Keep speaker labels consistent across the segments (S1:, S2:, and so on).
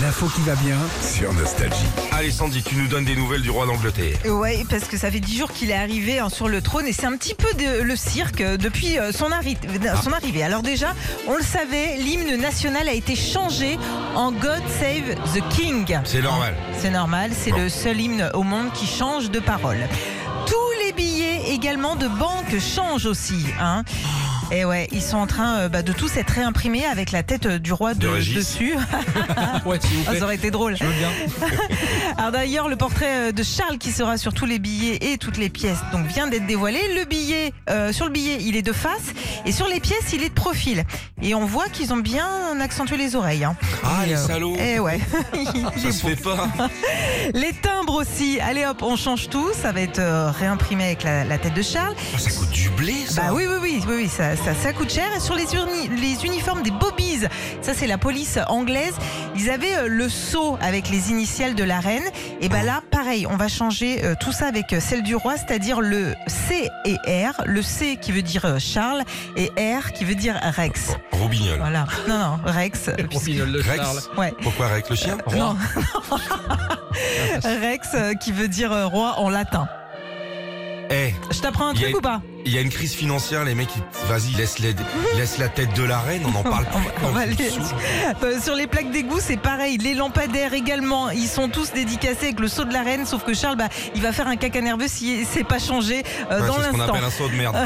S1: L'info qui va bien sur Nostalgie.
S2: Allez Sandy, tu nous donnes des nouvelles du roi d'Angleterre.
S3: Ouais, parce que ça fait dix jours qu'il est arrivé hein, sur le trône et c'est un petit peu de- le cirque euh, depuis euh, son, arri- euh, son arrivée. Alors déjà, on le savait, l'hymne national a été changé en God Save the King.
S2: C'est normal.
S3: C'est normal, c'est le seul hymne au monde qui change de parole. Tous les billets également de banque changent aussi. Hein. Et ouais, ils sont en train euh, bah, de tous être réimprimés avec la tête euh, du roi
S2: De
S3: de-
S2: Régis.
S3: dessus.
S4: Ouais, s'il vous
S3: Ah,
S4: plaît.
S3: ça aurait été drôle.
S4: Je veux bien.
S3: Alors d'ailleurs, le portrait euh, de Charles qui sera sur tous les billets et toutes les pièces donc vient d'être dévoilé. Le billet, euh, sur le billet, il est de face et sur les pièces, il est de profil. Et on voit qu'ils ont bien accentué les oreilles. Hein.
S2: Ah les
S3: euh,
S2: salauds
S3: Eh ouais. Il
S2: Ça
S3: est
S2: se fait pas.
S3: beau. Les timbres aussi. Allez hop, on change tout. Ça va être euh, réimprimé avec la, la tête de Charles.
S2: Ah, ça coûte du blé ça.
S3: Bah oui, oui, oui, oui, oui, ça, ça, ça coûte cher. Et sur les, urni- les uniformes des Bobbies, ça c'est la police anglaise, ils avaient euh, le sceau avec les initiales de la reine. Et bah là, pareil, on va changer euh, tout ça avec euh, celle du roi, c'est-à-dire le C et R. Le C qui veut dire euh, Charles et R qui veut dire Rex.
S2: Robignol.
S3: Voilà. Non, non, Rex. euh, puisque-
S4: Robignol de
S2: Rex.
S4: Charles.
S3: Ouais.
S2: Pourquoi avec le chien
S4: Roi.
S3: Non. Rex euh, qui veut dire euh, roi en latin.
S2: Eh,
S3: Je t'apprends un
S2: Il y a-
S3: truc ou pas
S2: il y a une crise financière, les mecs, ils- vas-y, laisse, les- laisse la tête de la reine, on en parle
S3: On
S2: plus.
S3: va- on va
S2: tu me
S3: les-
S2: saoules.
S3: Euh, sur les plaques d'égout, c'est pareil. Les lampadaires également, ils sont tous dédicacés avec le saut de la reine, sauf que Charles, bah, il va faire un caca nerveux si c'est pas changé euh,
S2: Ouais,
S3: dans
S2: c'est ce qu'on
S3: l'instant.
S2: appelle un saut de merde.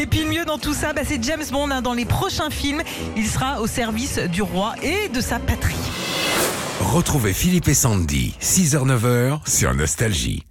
S3: Et puis le mieux dans tout ça, bah, c'est James Bond. hein. dans les prochains films, il sera au service du roi et de sa patrie.
S1: Retrouvez Philippe et Sandy, 6h-9h sur Nostalgie.